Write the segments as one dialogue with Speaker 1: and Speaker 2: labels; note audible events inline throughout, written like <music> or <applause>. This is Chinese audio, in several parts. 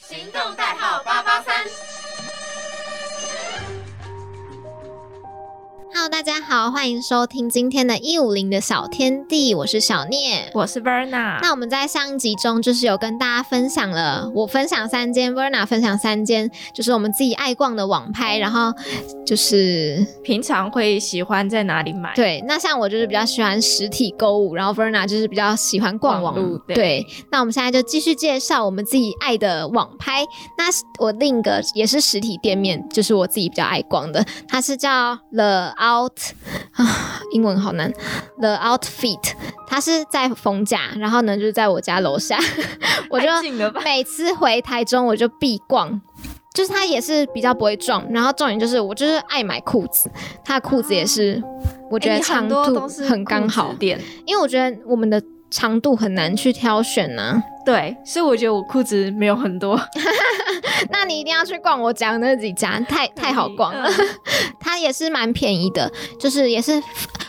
Speaker 1: 行动代号八八三。
Speaker 2: Hello，大家好，欢迎收听今天的“一五零的小天地”，我是小聂。
Speaker 3: 我是 Verna。
Speaker 2: 那我们在上一集中就是有跟大家分享了，我分享三间，Verna 分享三间，就是我们自己爱逛的网拍，然后就是
Speaker 3: 平常会喜欢在哪里买？，
Speaker 2: 对，那像我就是比较喜欢实体购物，然后 Verna 就是比较喜欢逛网
Speaker 3: 网路
Speaker 2: 对
Speaker 3: 对
Speaker 2: 那我们现在就继续介绍我们自己爱的网拍。那我另一个也是实体店面，就是我自己比较爱逛的，它是叫 The Out 啊，英文好难，The Outfit。它是在逢甲，然后呢就是在我家楼下， <laughs> 我就
Speaker 3: 太近了吧？
Speaker 2: 每次回台中我就必逛，就是它也是比较不会撞，然后重点就是我就是爱买裤子，它的裤子也是我
Speaker 3: 我
Speaker 2: 觉得长度哎很刚好，
Speaker 3: 点。
Speaker 2: 因为我觉得我们的长度很难去挑选啊呢、
Speaker 3: 对，所以我觉得我裤子没有很多，嗯
Speaker 2: <laughs> 那你一定要去逛我讲的那几家，太太好逛了。
Speaker 3: 嗯
Speaker 2: <laughs> 它也是蛮便宜的，就是也是，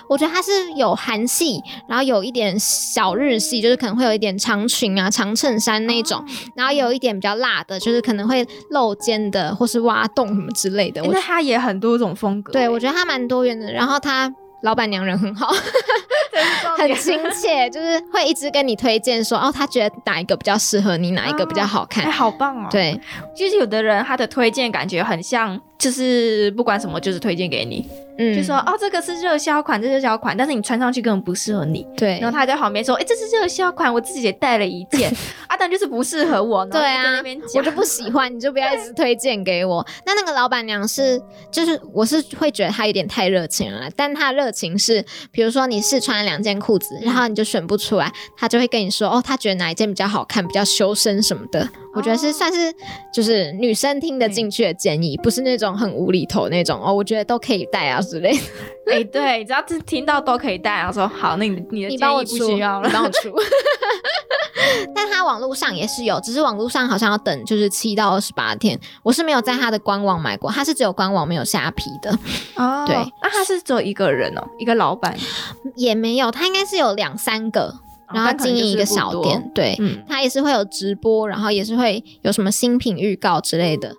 Speaker 2: 我觉得它是有韩系，然后有一点小日系，就是可能会有一点长裙啊、长衬衫那
Speaker 3: 哦 <laughs>
Speaker 2: 种，然后有一点比较辣的，就是可能会露肩的或是挖洞什么之类的。
Speaker 3: 欸
Speaker 2: 我
Speaker 3: 那它也很多种风格欸。
Speaker 2: 对我觉得它蛮多元的，然后它。老板娘人很好，
Speaker 3: 哦这是重
Speaker 2: 很
Speaker 3: 点 <laughs>
Speaker 2: 亲切，就是会一直跟你推荐说，哦，他觉得哪一个比较适合你，哪一个比较好看。
Speaker 3: 哎，好棒哦！，
Speaker 2: 对，
Speaker 3: 就是有的人他的推荐感觉很像，就是不管什么就是推荐给你，
Speaker 2: 嗯，
Speaker 3: 就说哦这个是热销款，这是热销款，但是你穿上去根本不适合你。
Speaker 2: 对，
Speaker 3: 然后他在旁边说，哎，这是热销款，我自己也带了一
Speaker 2: <laughs>
Speaker 3: 件，啊，但就是不适合我。然
Speaker 2: 对
Speaker 3: 后就在
Speaker 2: 啊
Speaker 3: 那边，
Speaker 2: 我
Speaker 3: 讲
Speaker 2: 就不喜欢，你就不要一直推荐给我。那那个老板娘是，就是我是会觉得她有点太热情了啦，但她热情是，比如说你试穿了两件裤子，然后你就选不出来，她就会跟你说，哦，她觉得哪一件比较好看，比较修身什么的。我觉得是
Speaker 3: 哦
Speaker 2: 算是就是女生听得进去的建议，不是那种很无厘头那种哦，我觉得都可以戴啊之类的。
Speaker 3: <laughs> 哎、对，只要是听到都可以带。然后说好，那你的你的
Speaker 2: 你
Speaker 3: 建
Speaker 2: 帮我
Speaker 3: 议不
Speaker 2: 出，
Speaker 3: 需要了 <laughs>
Speaker 2: 你。帮我出。 <laughs> 但它网络上也是有，只是网络上好像要等就是七到二十八天。我是没有在它的官网买过，它是只有官网没有下皮的， <laughs>
Speaker 3: 哦
Speaker 2: 对
Speaker 3: 那他是只有一个人哦，一个老板，
Speaker 2: 也没有，它应该是有两三个，然后
Speaker 3: 哦但可能
Speaker 2: 经营一
Speaker 3: 就
Speaker 2: 个
Speaker 3: 是不
Speaker 2: 小
Speaker 3: 多。
Speaker 2: 店，对。
Speaker 3: 嗯，
Speaker 2: 它也是会有直播，然后也是会有什么新品预告之类的。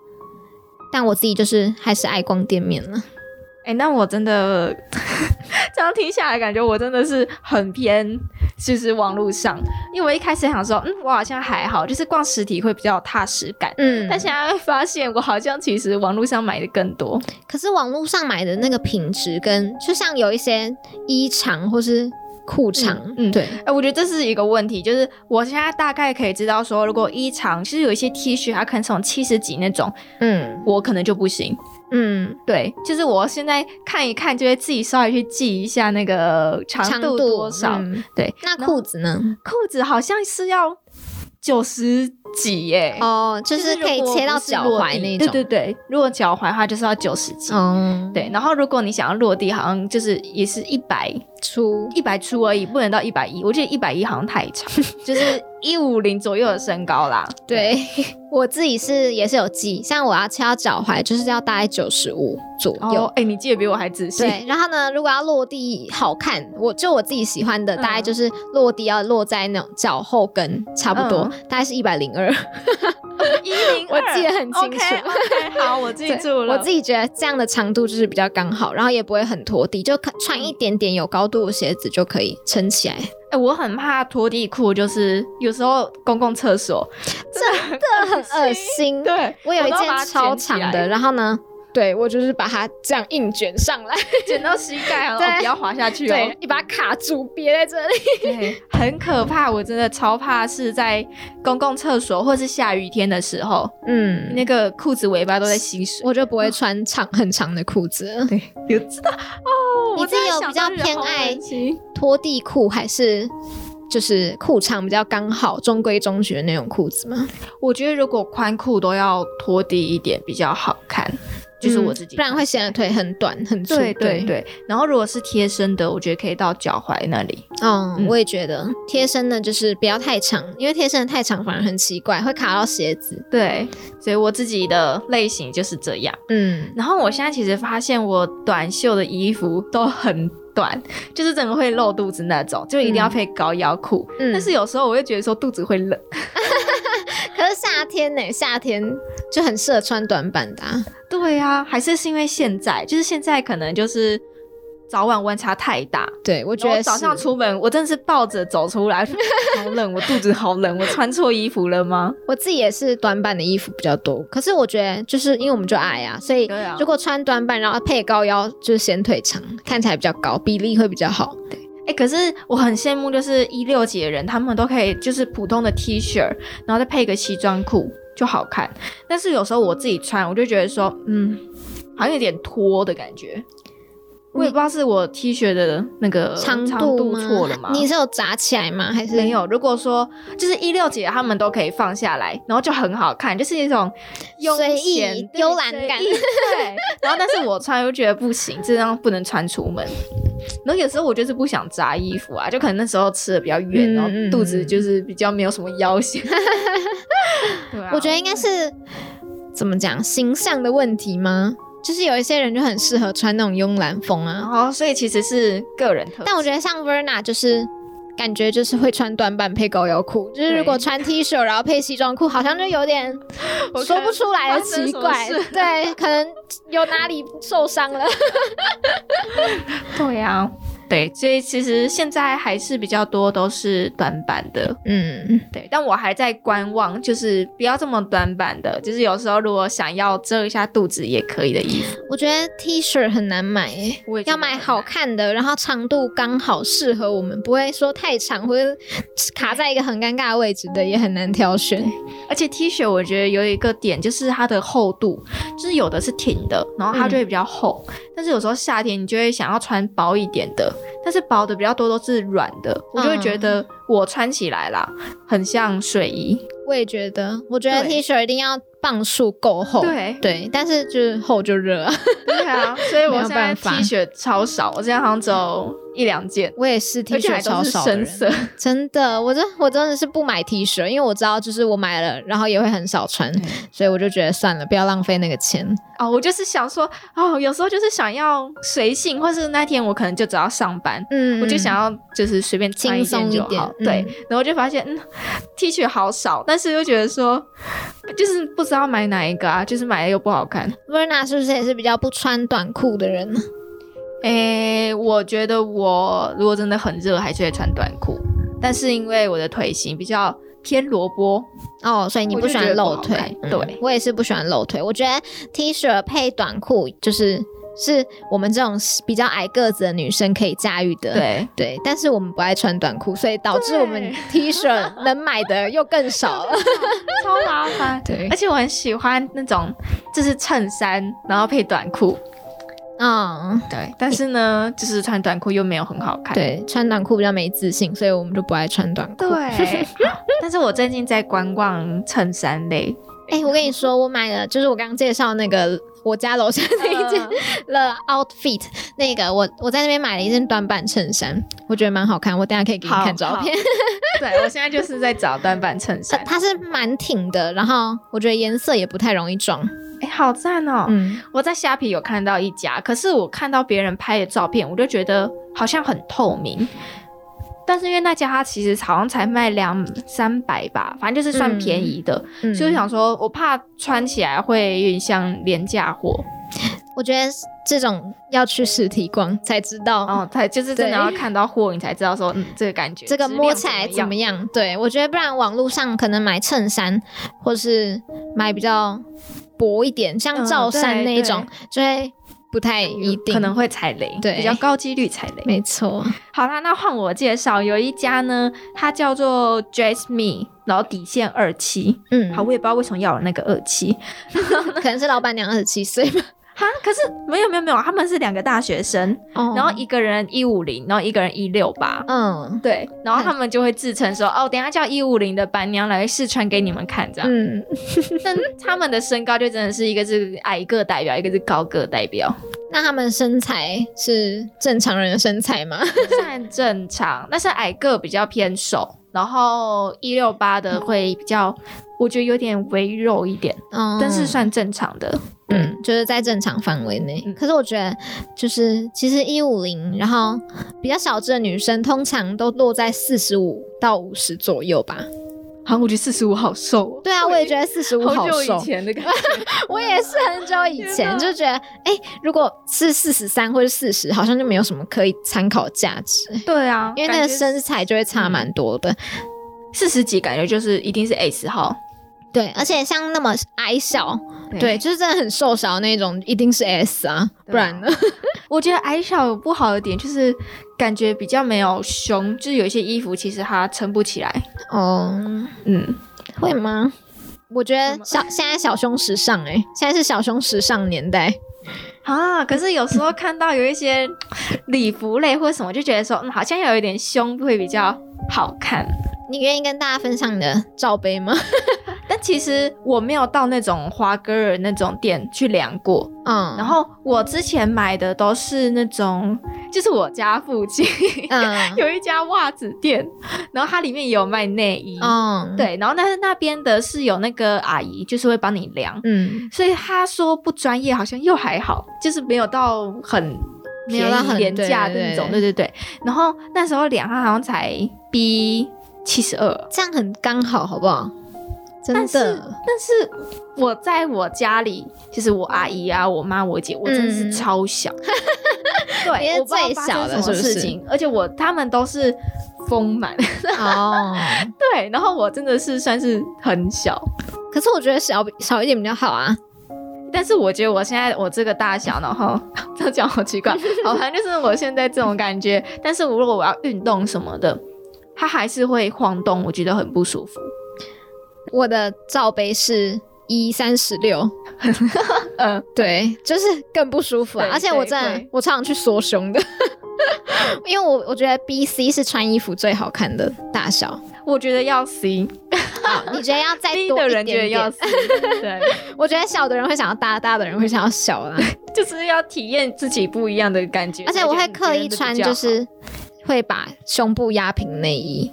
Speaker 2: 但我自己就是还是爱逛店面了。
Speaker 3: 哎、那我真的 <laughs> 这样听下来，感觉我真的是很偏，就是网络上，因为我一开始想说，嗯，我好像还好，就是逛实体会比较有踏实感。
Speaker 2: 嗯，
Speaker 3: 但现在发现，我好像其实网络上买的更多。
Speaker 2: 可是网络上买的那个品质跟，就像有一些衣长或是裤长，
Speaker 3: 嗯嗯
Speaker 2: 对，
Speaker 3: 哎、我觉得这是一个问题，就是我现在大概可以知道说，如果衣长，其实有一些 T 恤，它可能从七十几那种，
Speaker 2: 嗯
Speaker 3: 我可能就不行。
Speaker 2: 嗯，
Speaker 3: 对，就是我现在看一看，就会自己稍微去记一下那个长度多少。
Speaker 2: 嗯
Speaker 3: 对，
Speaker 2: 那
Speaker 3: 然后
Speaker 2: 裤子呢？
Speaker 3: 裤子好像是要九十几耶，
Speaker 2: 哦，就是可以
Speaker 3: 如果
Speaker 2: 切到
Speaker 3: 不是
Speaker 2: 脚
Speaker 3: 落
Speaker 2: 踝
Speaker 3: 地
Speaker 2: 那
Speaker 3: 对
Speaker 2: 种。
Speaker 3: 对嗯对，如果脚踝的话就是要九十几。
Speaker 2: 哦，，
Speaker 3: 对，然后如果你想要落地，好像就是也是一百
Speaker 2: 出
Speaker 3: 一百出而已，不能到一百一。我记得一百一好像太
Speaker 2: <laughs>
Speaker 3: 长，就是一五零左右的身高啦。
Speaker 2: 对我自己是也是有记，像我要切到脚踝，就是要大概九十五左右。
Speaker 3: 哦，哎、你记得比我还仔细。
Speaker 2: 对，然后呢，如果要落地好看，我就我自己喜欢的，
Speaker 3: 嗯
Speaker 2: 大概就是落地要落在那种脚后跟，差不
Speaker 3: 嗯
Speaker 2: 多，大概是一百零二。
Speaker 3: 一零
Speaker 2: 我记得很清楚
Speaker 3: OK，好，我 <laughs> <laughs> 记
Speaker 2: 对
Speaker 3: 住了。
Speaker 2: 我自己觉得这样的长度就是比较刚好，然后也不会很拖地，就可
Speaker 3: 嗯
Speaker 2: 穿一点点有高度的鞋子就可以撑起来。
Speaker 3: 哎、我很怕拖地裤，就是有时候公共厕所 <laughs> 真的
Speaker 2: 很恶心。
Speaker 3: <laughs> 对，
Speaker 2: 我有一
Speaker 3: 都要
Speaker 2: 件
Speaker 3: 把它
Speaker 2: 超
Speaker 3: 卷起
Speaker 2: 长的，
Speaker 3: 来，
Speaker 2: 然后呢，对我就是把它这样硬卷上
Speaker 3: <laughs>
Speaker 2: 来，
Speaker 3: 卷到膝盖，然后
Speaker 2: 对
Speaker 3: 不要滑下去哦
Speaker 2: 对。，你把它卡住，别在这里。
Speaker 3: 对，很可怕，我真的超怕是在公共厕所或是下雨天的时候，
Speaker 2: 嗯，
Speaker 3: 那个裤子尾巴都在吸水。
Speaker 2: 我就不会穿长很长的裤子了。
Speaker 3: 对，有知道哦。
Speaker 2: 你
Speaker 3: 我
Speaker 2: 自己
Speaker 3: 真的
Speaker 2: 有比
Speaker 3: 想
Speaker 2: 较
Speaker 3: 到就觉得
Speaker 2: 偏
Speaker 3: 好
Speaker 2: 爱
Speaker 3: 神奇
Speaker 2: 拖地裤还是就是裤长比较刚好，中规中矩的那种裤子吗？
Speaker 3: 我觉得如果宽裤都要拖地一点比较好看，就是我自己
Speaker 2: 嗯不然
Speaker 3: 看
Speaker 2: 会
Speaker 3: 起来
Speaker 2: 显得腿很短很粗。
Speaker 3: 对对对，然后如果是贴身的，我觉得可以到脚踝那里。
Speaker 2: 嗯，
Speaker 3: 嗯
Speaker 2: 我也觉得贴身的就是不要太长，因为贴身的太长反而很奇怪，会卡到鞋子。
Speaker 3: 对，所以我自己的类型就是这样。
Speaker 2: 嗯，
Speaker 3: 然后我现在其实发现，我短袖的衣服都很短，就是整个会露肚子那种，就一定要配高腰裤。
Speaker 2: 嗯
Speaker 3: 但是有时候我会觉得说肚子会冷，
Speaker 2: 可是夏天呢、夏天就很适合穿短版的、啊。
Speaker 3: 对啊，还是是因为现在，就是现在可能就是早晚温差太大。
Speaker 2: 对，我
Speaker 3: 我
Speaker 2: 觉得
Speaker 3: 早上
Speaker 2: 是
Speaker 3: 出门，我真的是抱着走出来， <laughs> 好冷，我肚子好冷，我穿错衣服了吗？
Speaker 2: 我自己也是短版的衣服比较多，可是我觉得就是因为我们就矮啊，所以
Speaker 3: 对啊
Speaker 2: 如果穿短版，然后配高腰，就是显腿长，看起来比较高，比例会比较好。
Speaker 3: 哎、可是我很羡慕，就是一六级的人，他们都可以就是普通的 T 恤，然后再配一个西装裤就好看。但是有时候我自己穿，我就觉得说，嗯，好像有点拖的感觉。我也不知道是我 T 恤的那个
Speaker 2: 长
Speaker 3: 呃度
Speaker 2: 吗？
Speaker 3: 错了吗？
Speaker 2: 你是有扎起来吗？还是
Speaker 3: 没？有。如果说就是一六姐他们都可以放下来，然后就很好看，就是一种悠
Speaker 2: 随意
Speaker 3: 闲对
Speaker 2: 悠懒感
Speaker 3: 随意
Speaker 2: <laughs>
Speaker 3: 对，然后但是我穿又觉得不行，这样不能穿出门。然后有时候我就是不想扎衣服啊，就可能那时候吃的比较远，
Speaker 2: 嗯
Speaker 3: 然后
Speaker 2: 嗯
Speaker 3: 肚子就是比较没有什么腰线。 <laughs> 对啊，
Speaker 2: 我觉得应该是怎么讲形象的问题吗？就是有一些人就很适合穿那种慵懒风
Speaker 3: 然
Speaker 2: 啊，
Speaker 3: 后所以其实是个人特，
Speaker 2: 但我觉得像 Verna 就是。感觉就是会穿短版配高腰裤，就是如果
Speaker 3: 对
Speaker 2: 穿 T 恤然后配西装裤，好像就有点
Speaker 3: 我
Speaker 2: 说
Speaker 3: 看
Speaker 2: 不出来的
Speaker 3: 发生
Speaker 2: 奇
Speaker 3: 什么
Speaker 2: 怪
Speaker 3: 事，
Speaker 2: 对，可能有哪里受伤了。
Speaker 3: 对啊，对，所以其实现在还是比较多都是短版的。
Speaker 2: 嗯，
Speaker 3: 对，但我还在观望，就是不要这么短板的，就是有时候如果想要遮一下肚子也可以的衣服，
Speaker 2: 我觉得 T 恤很难买耶、
Speaker 3: 我也觉得
Speaker 2: 要买好
Speaker 3: 很难。
Speaker 2: 看的，然后长度刚好适合我们，不会说太长或者卡在一个很尴尬的位置的，也很难挑选。
Speaker 3: 而且 T 恤我觉得有一个点就是它的厚度，就是有的是挺的，然后它
Speaker 2: 嗯
Speaker 3: 就会比较厚，但是有时候夏天你就会想要穿薄一点的，但是薄的比较多都是软的，我就会觉
Speaker 2: 嗯
Speaker 3: 得我穿起来啦，很像睡衣。
Speaker 2: 我也觉得，我觉得
Speaker 3: 对
Speaker 2: T 恤一定要磅数够厚，
Speaker 3: 对
Speaker 2: 但是就是厚就热、啊。
Speaker 3: 对啊，所以我
Speaker 2: 没有
Speaker 3: 现在
Speaker 2: 办
Speaker 3: T
Speaker 2: 法
Speaker 3: 恤超少，我现在好像只有一两件，
Speaker 2: 我也是 T
Speaker 3: 而且
Speaker 2: 恤
Speaker 3: 还
Speaker 2: 超
Speaker 3: 都是
Speaker 2: 少的
Speaker 3: 深
Speaker 2: 人，
Speaker 3: 色。
Speaker 2: 真的，我真我真的是不买 T 恤，因为我知道就是我买了，然后也会很少穿，所以我就觉得算了，不要浪费那个钱。
Speaker 3: 哦，我就是想说，哦，有时候就是想要随性，或是那天我可能就只要上班，
Speaker 2: 嗯
Speaker 3: 我就想要就是随便穿
Speaker 2: 轻
Speaker 3: 一
Speaker 2: 松
Speaker 3: 件
Speaker 2: 一
Speaker 3: 就
Speaker 2: 点
Speaker 3: 好，，
Speaker 2: 嗯
Speaker 3: 对。，然后就发现，嗯，T 恤好少，但是又觉得说，就是不知道买哪一个啊，就是买了又不好看。
Speaker 2: 嗯 Verna 是不是也是比较不穿短裤的人呢？
Speaker 3: 诶，我觉得我如果真的很热，还是会穿短裤，但是因为我的腿型比较偏萝卜，
Speaker 2: 哦，所以你
Speaker 3: 我
Speaker 2: 不
Speaker 3: 就
Speaker 2: 喜欢
Speaker 3: 觉得不
Speaker 2: 露
Speaker 3: 好
Speaker 2: 腿
Speaker 3: 看？
Speaker 2: 嗯
Speaker 3: 对
Speaker 2: 我也是不喜欢露腿。我觉得 T 恤配短裤就是是我们这种比较矮个子的女生可以驾驭的。
Speaker 3: 对，
Speaker 2: 对，但是我们不爱穿短裤，所以导致我们 T 恤能买的又更少
Speaker 3: <laughs>
Speaker 2: 了。
Speaker 3: 超麻烦。
Speaker 2: 对
Speaker 3: <laughs> 而且我很喜欢那种，就是衬衫然后配短裤，
Speaker 2: 嗯，
Speaker 3: 对，但是呢，就是穿短裤又没有很好看。
Speaker 2: 对，穿短裤比较没自信，所以我们就不爱穿短裤。
Speaker 3: <laughs> 对， <laughs> 但是我最近在观望衬衫类，
Speaker 2: <laughs> 哎、我跟你说，我买了，就是我刚刚介绍那个我家楼下
Speaker 3: 嗯
Speaker 2: 那一件、 <laughs> 了 Outfit，那个我我在那边买了一件短版衬衫，我觉得蛮好看，我等一下可以给你
Speaker 3: 好
Speaker 2: 看照片。
Speaker 3: <laughs> 对我现在就是在找短版衬
Speaker 2: 呃 <laughs>
Speaker 3: 衫，
Speaker 2: 它是蛮挺的，然后我觉得颜色也不太容易撞。
Speaker 3: <laughs> 哎、好赞哦、
Speaker 2: 嗯，
Speaker 3: 我在虾皮有看到一家，可是我看到别人拍的照片，我就觉得好像很透明。但是因为那家它其实好像才卖两三百吧，反正就是算便宜的，
Speaker 2: 嗯
Speaker 3: 所以我想说，我怕穿起来会有点像廉价货
Speaker 2: 我觉得这种要去实体逛才知道。
Speaker 3: 哦，才就是真的要看到货，你才知道说，嗯，这个感觉，
Speaker 2: 这个
Speaker 3: 质
Speaker 2: 摸
Speaker 3: 量
Speaker 2: 起来
Speaker 3: 怎
Speaker 2: 怎
Speaker 3: 么
Speaker 2: 么
Speaker 3: 样？
Speaker 2: 样？对我觉得，不然网络上可能买衬衫，或是买比较薄一点，像
Speaker 3: 嗯
Speaker 2: 罩衫
Speaker 3: 对
Speaker 2: 那一种，就会不太
Speaker 3: 有
Speaker 2: 一定。
Speaker 3: 可能会踩雷，
Speaker 2: 对
Speaker 3: 比较高几率踩雷。
Speaker 2: 没错，
Speaker 3: 好啦，那换我介绍，有一家呢，它叫做 Dress Me，然后底线二期。
Speaker 2: 嗯，
Speaker 3: 好，我也不知道为什么要有那个二期
Speaker 2: <laughs> 可能是老板娘二十七岁
Speaker 3: <laughs>
Speaker 2: 吧。
Speaker 3: 哈，可是没有没有没有，他们是两个大学生，
Speaker 2: 哦
Speaker 3: 然后一个人一五零，然后一个人一六八。
Speaker 2: 嗯
Speaker 3: 对，然后他们就会自称说，哦，等一下叫一五零的板娘来试穿给你们看，这样。
Speaker 2: 嗯，
Speaker 3: 但他们的身高就真的是一个是矮个代表，一个是高个代表，
Speaker 2: 那他们身材是正常人的身材吗？ <laughs>
Speaker 3: 算正常。但是矮个比较偏瘦，然后一六八的会比较，我觉得有点微肉一点，
Speaker 2: 嗯，
Speaker 3: 但是算正常的。
Speaker 2: 嗯，就是在正常范围内。
Speaker 3: 嗯
Speaker 2: 可是我觉得，就是其实一五零，然后比较小只的女生，通常都落在四十五到五十左右吧。
Speaker 3: 啊，我觉得四十五好瘦哦，
Speaker 2: 对啊，我也觉得四十五
Speaker 3: 好
Speaker 2: 好
Speaker 3: 久
Speaker 2: 瘦
Speaker 3: 以。前的感觉。
Speaker 2: 我也是很久以
Speaker 3: 天哪
Speaker 2: 前就觉得，哎、如果是四十三或者四十，好像就没有什么可以参考价值，
Speaker 3: 对啊，
Speaker 2: 因为那个
Speaker 3: 身
Speaker 2: 身材就会
Speaker 3: 嗯
Speaker 2: 差蛮多的。
Speaker 3: 四十几感觉就是一定是 S 号，
Speaker 2: 对，而且像那么矮小，对，，就是真的很瘦小的那种，一定是 S 啊，
Speaker 3: 对啊
Speaker 2: 不然呢？ <laughs>
Speaker 3: 我觉得矮小有不好的点就是感觉比较没有胸，就是有一些衣服其实它撑不起来。
Speaker 2: 哦，
Speaker 3: 嗯，
Speaker 2: 会吗？我觉
Speaker 3: 什
Speaker 2: 得
Speaker 3: 么
Speaker 2: 小现在小胸时尚哎、现在是小胸时尚年代，
Speaker 3: 啊，可是有时候看到有一些礼服类或什么，就觉得说，嗯，好像要有一点胸会比较好看。
Speaker 2: 你愿意跟大家分享你的罩杯吗？ <laughs>
Speaker 3: 但其实我没有到那种华歌尔那种店去量过，
Speaker 2: 嗯，
Speaker 3: 然后我之前买的都是那种，就是我家附近
Speaker 2: 嗯
Speaker 3: <laughs> 有一家袜子店，然后它里面也有卖内衣，
Speaker 2: 嗯，，
Speaker 3: <laughs> 对，然后但是那边的是有那个阿姨，就是会帮你量，
Speaker 2: 嗯，
Speaker 3: 所以他说不专业好像又还好，就是没有到很
Speaker 2: 没有到
Speaker 3: 便宜
Speaker 2: 很
Speaker 3: 廉价的
Speaker 2: 对
Speaker 3: 那种，对
Speaker 2: 对
Speaker 3: 对对。然后那时候量他好像才 B 七十二，
Speaker 2: 这样很刚好，好不好？真
Speaker 3: 但是
Speaker 2: 的，
Speaker 3: 但是我在我家里，就是我阿姨啊、我妈、我姐，我真的是
Speaker 2: 嗯
Speaker 3: 超小，
Speaker 2: 你
Speaker 3: 对，
Speaker 2: 是
Speaker 3: 我不知道
Speaker 2: 最
Speaker 3: 发
Speaker 2: 小
Speaker 3: 生
Speaker 2: 的
Speaker 3: 什么
Speaker 2: 是不是
Speaker 3: 事情，而且我他们都是丰满，啊
Speaker 2: 哦，
Speaker 3: 对，然后我真的是算是很小。
Speaker 2: 可是我觉得小小一点比较好啊。
Speaker 3: 但是我觉得我现在我这个大小，然后 <laughs> 这样讲好
Speaker 2: <laughs>
Speaker 3: 奇怪，好，反正就是我现在这种感觉。但是如果我要运动什么的，它还是会晃动，我觉得很不舒服。
Speaker 2: 我的罩杯是一三十六，
Speaker 3: <laughs> 嗯，
Speaker 2: 对，就是更不舒服啊。
Speaker 3: 对
Speaker 2: 而且我
Speaker 3: 对
Speaker 2: 真的
Speaker 3: 会，
Speaker 2: 我常常去缩胸
Speaker 3: <laughs>
Speaker 2: 的，因为我我觉得 B C 是穿衣服最好看的大小。
Speaker 3: 我觉得要 C，
Speaker 2: 好，你觉得要
Speaker 3: <laughs>
Speaker 2: 再
Speaker 3: 低
Speaker 2: 多
Speaker 3: 的
Speaker 2: 一
Speaker 3: 人
Speaker 2: 点
Speaker 3: 觉得
Speaker 2: 点？
Speaker 3: 要 C，对，
Speaker 2: 我觉得小的人会想要大，大的人会想要小啦。
Speaker 3: <laughs> 就是要体验自己不一样的感觉。
Speaker 2: 而且我会
Speaker 3: 才觉得
Speaker 2: 刻意
Speaker 3: 别人的比
Speaker 2: 穿，
Speaker 3: 较
Speaker 2: 就
Speaker 3: 好
Speaker 2: 是会把胸部压平内衣。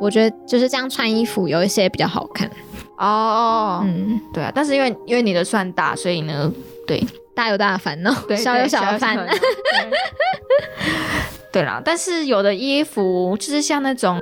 Speaker 2: 我觉得就是这样穿衣服有一些比较好看。
Speaker 3: 哦，
Speaker 2: 嗯，
Speaker 3: 对啊。但是因为因为你的算大，所以呢，对，
Speaker 2: 大有大的烦恼，<laughs>
Speaker 3: 对，
Speaker 2: 小有
Speaker 3: 对
Speaker 2: 小的烦恼。
Speaker 3: 恼。对 <laughs> 对啦，但是有的衣服就是像那种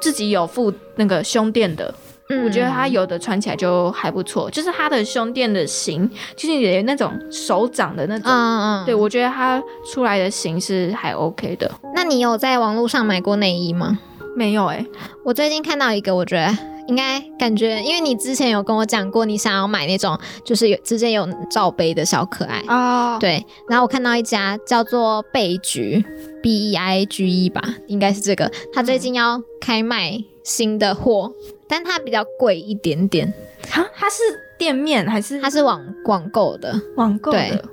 Speaker 3: 自己有附那个胸垫的，
Speaker 2: 嗯
Speaker 3: 我觉得它有的穿起来就还不错，就是它的胸垫的型，就是你的那种手掌的那种。
Speaker 2: 嗯嗯，
Speaker 3: 对，我觉得它出来的型是还 OK 的，
Speaker 2: 那你有在网络上买过内衣吗？
Speaker 3: 没有哎、
Speaker 2: 我最近看到一个，我觉得应该感觉，因为你之前有跟我讲过，你想要买那种就是有直接有罩杯的小可爱。
Speaker 3: 哦，
Speaker 2: 对，然后我看到一家叫做贝菊 B E I G E 吧，应该是这个，它最近要开卖新的货，但它比较贵一点点，
Speaker 3: 它它是店面还是
Speaker 2: 它是网网购的，
Speaker 3: 网购的？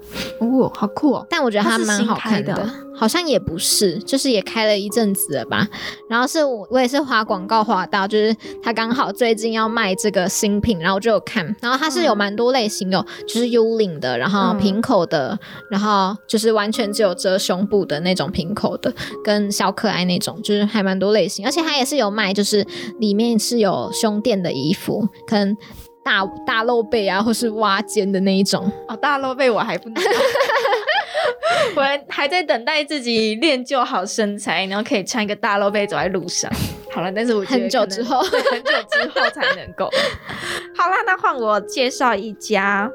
Speaker 3: 哦，好酷哦！
Speaker 2: 但我觉得
Speaker 3: 它
Speaker 2: 它
Speaker 3: 是
Speaker 2: 蛮
Speaker 3: 新
Speaker 2: 好
Speaker 3: 开
Speaker 2: 看
Speaker 3: 的
Speaker 2: 的，好像也不是，就是也开了一阵子了吧。然后是我我也是划广告划到，就是它刚好最近要卖这个新品，然后我就有看，然后它是有
Speaker 3: 嗯
Speaker 2: 蛮多类型的，就是幽灵的，然后
Speaker 3: 嗯
Speaker 2: 平口的，然后就是完全只有遮胸部的那种平口的，跟小可爱那种，就是还蛮多类型，而且它也是有卖，就是里面是有胸垫的衣服，可能。大大露背啊，或是挖肩的那一种，
Speaker 3: 哦，大露背我还不
Speaker 2: <laughs>
Speaker 3: 能，我还在等待自己练就好身材，然后可以穿一个大露背走在路上。好了，但是我觉得
Speaker 2: 很久
Speaker 3: 可能
Speaker 2: 之后
Speaker 3: 对，很久之后才能
Speaker 2: <laughs>
Speaker 3: 够。好啦，那换我介绍一家。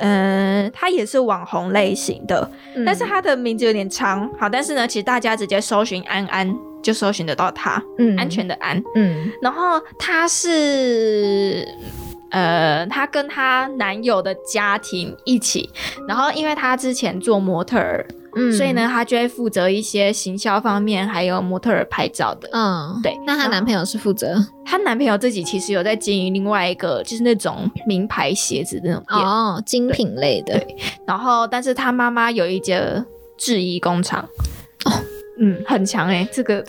Speaker 3: 嗯，它也是网红类型的，
Speaker 2: 嗯
Speaker 3: 但是它的名字有点长。好，但是呢，其实大家直接搜寻“安安”就搜寻得到它，
Speaker 2: 嗯
Speaker 3: 安全的安。
Speaker 2: 嗯
Speaker 3: 然后她是，呃，她跟她男友的家庭一起，然后因为她之前做模特儿，
Speaker 2: 嗯，
Speaker 3: 所以呢，她就会负责一些行销方面，还有模特儿拍照的。
Speaker 2: 嗯，
Speaker 3: 对
Speaker 2: 那她
Speaker 3: 然后
Speaker 2: 男朋友是负责
Speaker 3: 她男朋友自己其实有在经营另外一个，就是那种名牌鞋子那种店，
Speaker 2: 哦，精品类的，
Speaker 3: 然后但是她妈妈有一家制衣工厂。哦嗯，很强哎、这个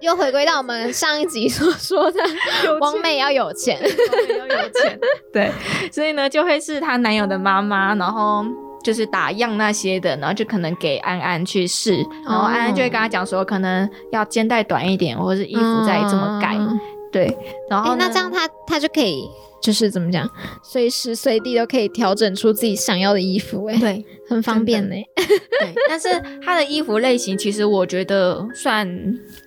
Speaker 2: 又回归到我们上一集所说的，
Speaker 3: <laughs> 有
Speaker 2: 王
Speaker 3: 钱
Speaker 2: 美要有钱，
Speaker 3: 要有钱， <laughs> 对，所以呢就会是她男友的妈妈，然后就是打样那些的，然后就可能给安安去试，然后安安就会跟她讲说，可能要肩带短一点，或者是衣服再这么改，
Speaker 2: 嗯
Speaker 3: 对，然
Speaker 2: 哎、
Speaker 3: 后呢、
Speaker 2: 那这样他他就可以就是怎么讲，随时随地都可以调整出自己想要的衣服、哎，
Speaker 3: 对
Speaker 2: 很方便
Speaker 3: 真
Speaker 2: 呢、 <laughs>
Speaker 3: 对，但是它的衣服类型其实我觉得算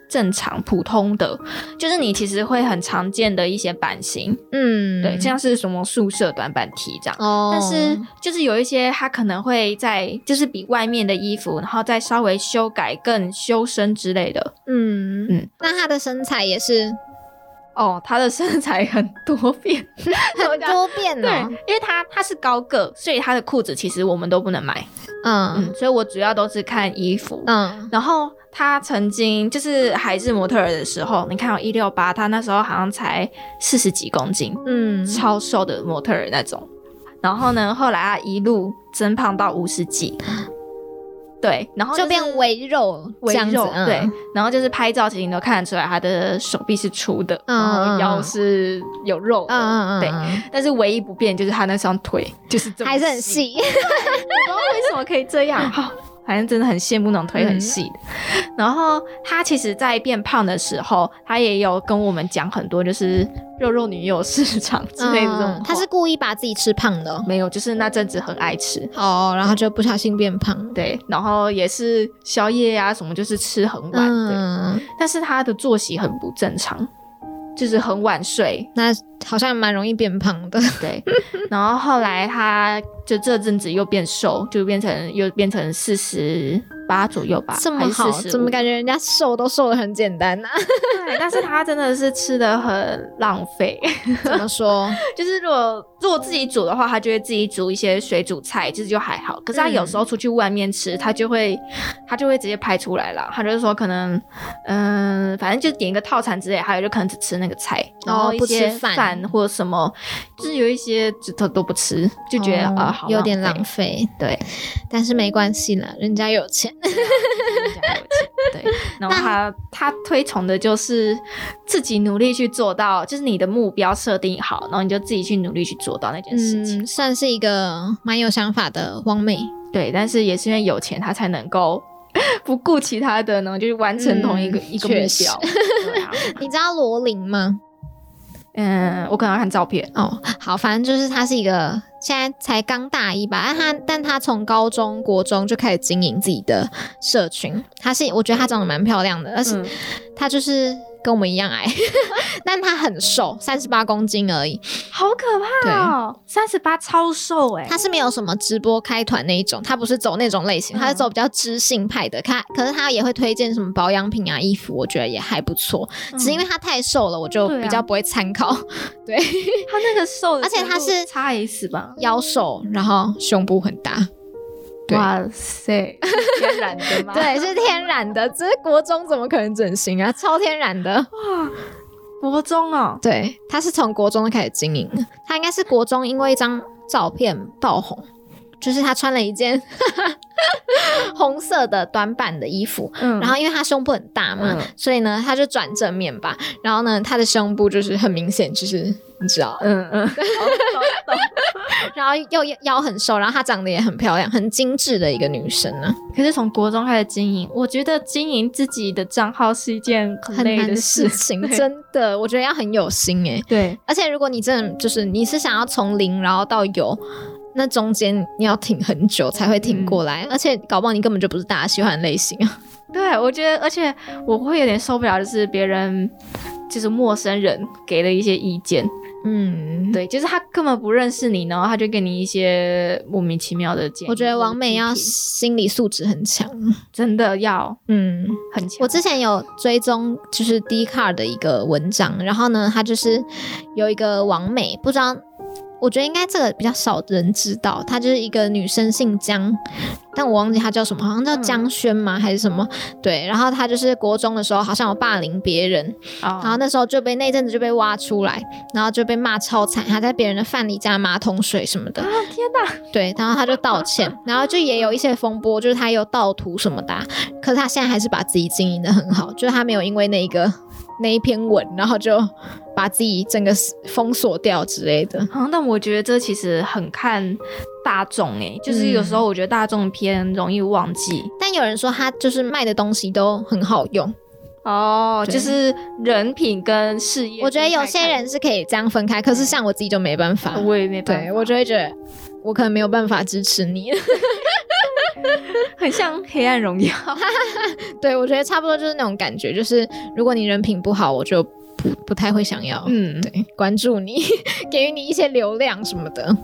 Speaker 3: 正常普通的，就是你其实会很常见的一些版型，
Speaker 2: 嗯，
Speaker 3: 对，像是什么宿舍短版 T 这样。
Speaker 2: 哦，
Speaker 3: 但是就是有一些它可能会在就是比外面的衣服，然后再稍微修改更修身之类的。
Speaker 2: 嗯嗯
Speaker 3: 嗯，
Speaker 2: 那他的身材也
Speaker 3: <laughs>
Speaker 2: 是
Speaker 3: 哦，他的身材很多变，
Speaker 2: 很多变哦
Speaker 3: 对
Speaker 2: 呢、，
Speaker 3: 因为他他是高个，所以他的裤子其实我们都不能买，
Speaker 2: 嗯
Speaker 3: 嗯，所以我主要都是看衣服。
Speaker 2: 嗯，
Speaker 3: 然后他曾经就是还是模特儿的时候，你看我哦一六八，他那时候好像才四十几公斤，
Speaker 2: 嗯，
Speaker 3: 超瘦的模特儿那种。然后呢，后来他一路增胖到五十几，对，然后
Speaker 2: 嗯就变
Speaker 3: 是
Speaker 2: 围肉这
Speaker 3: 微
Speaker 2: 样子，
Speaker 3: 肉，
Speaker 2: 嗯、
Speaker 3: 对，然后就是拍照，其实你都看得出来他的手臂是粗的，
Speaker 2: 嗯嗯
Speaker 3: 然
Speaker 2: 嗯
Speaker 3: 后腰是有肉的，
Speaker 2: 嗯，嗯嗯
Speaker 3: 对。
Speaker 2: 嗯，
Speaker 3: 但是唯一不变就是他那双腿 <laughs> 就是这么
Speaker 2: 还是很
Speaker 3: 细，
Speaker 2: 细，
Speaker 3: 然后为什么可以这
Speaker 2: <laughs>
Speaker 3: 样？哈，反正真的很羡慕那种腿很细的。然后他其实，在变胖的时候，他也有跟我们讲很多，就是肉肉女友市场之类的这种话。
Speaker 2: 嗯他是故意把自己吃胖的哦、
Speaker 3: 没有，就是那阵子很爱吃。
Speaker 2: 哦，然后就不小心变胖，
Speaker 3: 对，然后也是宵夜啊什么，就是吃很晚。对，
Speaker 2: 嗯，
Speaker 3: 但是他的作息很不正常，就是很晚睡。
Speaker 2: 那好像蛮容易变胖 <laughs> 的，
Speaker 3: 对， <laughs> 然后后来他就这阵子又变瘦，就变成又变成四十八左右吧，
Speaker 2: 这么好，怎么
Speaker 3: 感？
Speaker 2: 感觉人家瘦都瘦的很简单啊呢、
Speaker 3: 对，但是他真的是吃的很浪费，
Speaker 2: <laughs> 怎么说？
Speaker 3: 就是如果如果自己煮的话，他就会自己煮一些水煮菜，其实就还好。可是他
Speaker 2: 嗯
Speaker 3: 有时候出去外面吃，他就会他就会直接拍出来了，他就是说可能嗯、反正就点一个套餐之类，还有就可能只吃那个菜，然后一
Speaker 2: 哦不吃
Speaker 3: 些
Speaker 2: 饭
Speaker 3: 饭或什么，就是有一些就都都不吃，就觉得
Speaker 2: 哦
Speaker 3: 啊、好
Speaker 2: 有点
Speaker 3: 浪 <laughs>
Speaker 2: 浪费，
Speaker 3: 对，
Speaker 2: 但是没关系啦，人家有钱。 <laughs>
Speaker 3: 对，然后他他推崇的就是自己努力去做到，就是你的目标设定好，然后你就自己去努力去做到那件事情。
Speaker 2: 嗯，算是一个蛮有想法的汪妹。
Speaker 3: 对，但是也是因为有钱，他才能够 <laughs> 不顾其他的呢，就是完成同一个、
Speaker 2: 嗯
Speaker 3: 一个目
Speaker 2: 确实
Speaker 3: 标。对啊
Speaker 2: 你知道罗琳吗？
Speaker 3: <laughs> 嗯，我可能要看照片。
Speaker 2: 哦，好，反正就是她是一个现在才刚大一吧，但她但她从高中、国中就开始经营自己的社群。她是我觉得她长得蛮漂亮的，而且
Speaker 3: 嗯
Speaker 2: 她就是跟我们一样矮， <laughs> 但她很瘦，三十八公斤而已。
Speaker 3: 好可怕哦，三十八超瘦哎、
Speaker 2: 她是没有什么直播开团那一种，她不是走那种类型，
Speaker 3: 嗯
Speaker 2: 她是走比较知性派的。看，可是她也会推荐什么保养品啊、衣服，我觉得也还不错。
Speaker 3: 嗯
Speaker 2: 只是因为她太瘦了，我就
Speaker 3: 对啊
Speaker 2: 比较不会参考。 <laughs> 对，
Speaker 3: 他那个瘦的
Speaker 2: 而且
Speaker 3: 程度，
Speaker 2: 他是
Speaker 3: x S 吧？
Speaker 2: 腰瘦，然后胸部很大。对
Speaker 3: 哇塞，天然的 <laughs>
Speaker 2: <laughs>
Speaker 3: 吗？
Speaker 2: 对，是天然的，这国中怎么可能整形啊？超天然的。
Speaker 3: 国中哦，
Speaker 2: 对，他是从国中就开始经营的，他应该是国中因为一张照片爆红，就是他穿了一件 <laughs> 红色的短版的衣服，
Speaker 3: 嗯
Speaker 2: 然后因为他胸部很大嘛，
Speaker 3: 嗯
Speaker 2: 所以呢他就转正面吧，然后呢他的胸部就是很明显，就是你知道，
Speaker 3: 嗯嗯，
Speaker 2: 然后又又腰很瘦，然后她长得也很漂亮，很精致的一个女生啊呢、
Speaker 3: 可是从国中开始经营，我觉得经营自己的账号是一件很
Speaker 2: 很
Speaker 3: 累
Speaker 2: 难
Speaker 3: 的
Speaker 2: 的
Speaker 3: 事
Speaker 2: 事。情，
Speaker 3: <laughs> 对
Speaker 2: 真的，我觉得要很有心欸诶、
Speaker 3: 对，
Speaker 2: 而且如果你真的就是你是想要从零然后到有，那中间你要挺很久才会挺过来，而且搞不好你根本就不是大家喜欢的类型啊。
Speaker 3: 对我觉得，而且我会有点受不了，就是别人就是陌生人给的一些意见，
Speaker 2: 嗯，
Speaker 3: 对，就是他根本不认识你，然后他就给你一些莫名其妙的建议。
Speaker 2: 我觉得王美要
Speaker 3: 批评
Speaker 2: 心理素质很强。
Speaker 3: 真的要
Speaker 2: 嗯，
Speaker 3: 很强。
Speaker 2: 我之前有追踪就是 d c a r 的一个文章，然后呢，他就是有一个王美，不知道。我觉得应该这个比较少人知道，她就是一个女生，姓江，但我忘记她叫什么，好像叫
Speaker 3: 嗯
Speaker 2: 江轩吗，还是什么？对，然后她就是国中的时候好像有霸凌别人，然后
Speaker 3: 啊，
Speaker 2: 那时候就被那阵子就被挖出来，然后就被骂超惨，还在别人的饭里加马桶水什么的。
Speaker 3: 啊天哪！
Speaker 2: 对，然后他就道歉，然后就也有一些风波，就是他有盗图什么的啊、可是他现在还是把自己经营的很好，就是他没有因为那一个那一篇文，然后就把自己整个封锁掉之类的。
Speaker 3: 好，但啊我觉得这其实很看大众诶、就是有
Speaker 2: 嗯
Speaker 3: 时候我觉得大众偏容易忘记。
Speaker 2: 但有人说他就是卖的东西都很好用，
Speaker 3: 哦，
Speaker 2: 对
Speaker 3: 就是人品跟事业。
Speaker 2: 我觉得有些人是可以这样分开，可是像我自己就没办法。
Speaker 3: 嗯我也没办法，
Speaker 2: 对我就会觉得我可能没有办法支持你。 <laughs>
Speaker 3: 很像黑暗荣耀。
Speaker 2: 对我觉得差不多就是那种感觉，就是如果你人品不好，我就不不太会想要。
Speaker 3: 嗯，
Speaker 2: 对，关注你，给予你一些流量什么的。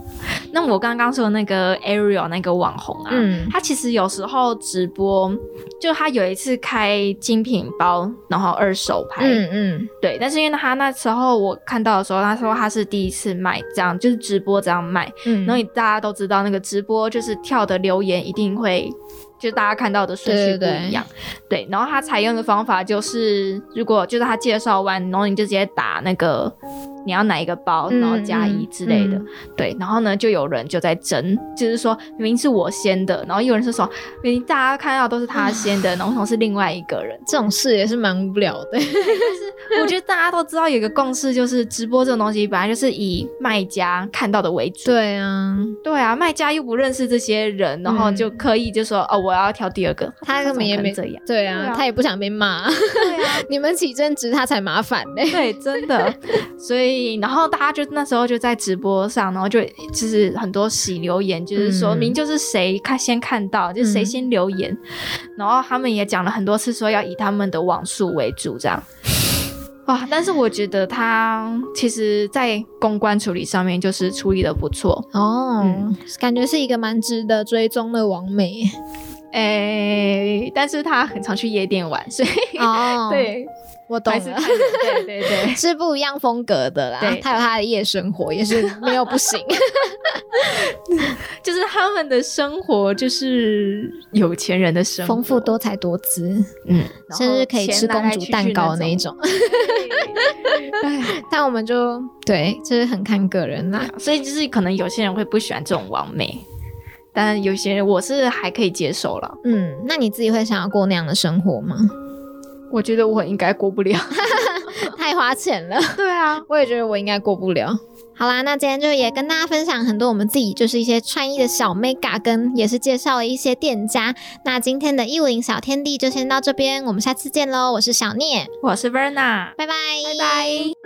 Speaker 3: 那我刚刚说的那个 Ariel 那个网红啊，
Speaker 2: 嗯，
Speaker 3: 他其实有时候直播，就他有一次开精品包，然后二手拍，
Speaker 2: 嗯嗯
Speaker 3: 对。但是因为他那时候我看到的时候，他说他是第一次卖，这样就是直播这样卖。
Speaker 2: 嗯，
Speaker 3: 然后大家都知道，那个直播就是跳的留言一定会，就大家看到的顺序不
Speaker 2: 对对对
Speaker 3: 一样。对然后他采用的方法就是，如果就是他介绍完，然后你就直接打那个你要哪一个包，然后加一之类的。
Speaker 2: 嗯
Speaker 3: 对，然后呢，就有人就在争，就是说明明是我先的，然后有人是说明明大家看到都是他先 <laughs> 的，然后同是另外一个人。
Speaker 2: 这种事也是蛮无聊的。
Speaker 3: 我觉得大家都知道有一个共识，就是直播这种东西本来就是以卖家看到的为主。
Speaker 2: <laughs> 对啊，
Speaker 3: 对啊，卖家又不认识这些人，然后就刻意就说、哦，我要挑第二个，
Speaker 2: 嗯他根本也没
Speaker 3: 怎么可能
Speaker 2: 对
Speaker 3: 这样。对
Speaker 2: 啊
Speaker 3: 啊，
Speaker 2: 他也不想被骂。 <laughs>
Speaker 3: 对啊，
Speaker 2: 你们起争执他才麻烦嘞。
Speaker 3: <laughs> 对，真
Speaker 2: <laughs>
Speaker 3: 的。所以，然后大家就那时候就在直播上，然后就就是很多洗留言，就是说
Speaker 2: 嗯
Speaker 3: 明就是谁看先看到，就是谁
Speaker 2: 嗯
Speaker 3: 先留言。然后他们也讲了很多次，说要以他们的网速为主，这样。哇！但是我觉得他其实，在公关处理上面就是处理的不错。
Speaker 2: 哦
Speaker 3: 嗯
Speaker 2: 感觉是一个蛮值得追踪的王 <laughs> 美。
Speaker 3: 诶、但是他很常去夜店玩，所以、 <laughs>
Speaker 2: 哦
Speaker 3: 对，
Speaker 2: 我懂
Speaker 3: 还是
Speaker 2: 了。
Speaker 3: 看。人对对对
Speaker 2: <laughs> 是不一样风格的啦
Speaker 3: 对，
Speaker 2: 他有他的夜生活，也是没有不行。
Speaker 3: <laughs> 就是他们的生活就是有钱人的生
Speaker 2: <laughs>
Speaker 3: 活，
Speaker 2: 丰富多彩多姿，
Speaker 3: 嗯，
Speaker 2: 甚至可以吃公主蛋糕那一种。
Speaker 3: <laughs>
Speaker 2: 但我们就对，就是很看个人啦。
Speaker 3: 种。所以就是可能有些人会不喜欢这种完美，但有些人我是还可以接受了。
Speaker 2: 嗯，那你自己会想要过那样的生活吗？
Speaker 3: 我觉得我应该过不了。
Speaker 2: <laughs> 太花钱了，
Speaker 3: <laughs>
Speaker 2: <laughs>
Speaker 3: 对啊，
Speaker 2: 我也觉得我应该过不了。好啦，那今天就也跟大家分享很多我们自己就是一些穿衣的小 mega，跟也是介绍了一些店家。那今天的一五零小天地就先到这边，我们下次见喽！我是小聂，
Speaker 3: 我是 Verna，
Speaker 2: 拜拜，
Speaker 3: 拜拜。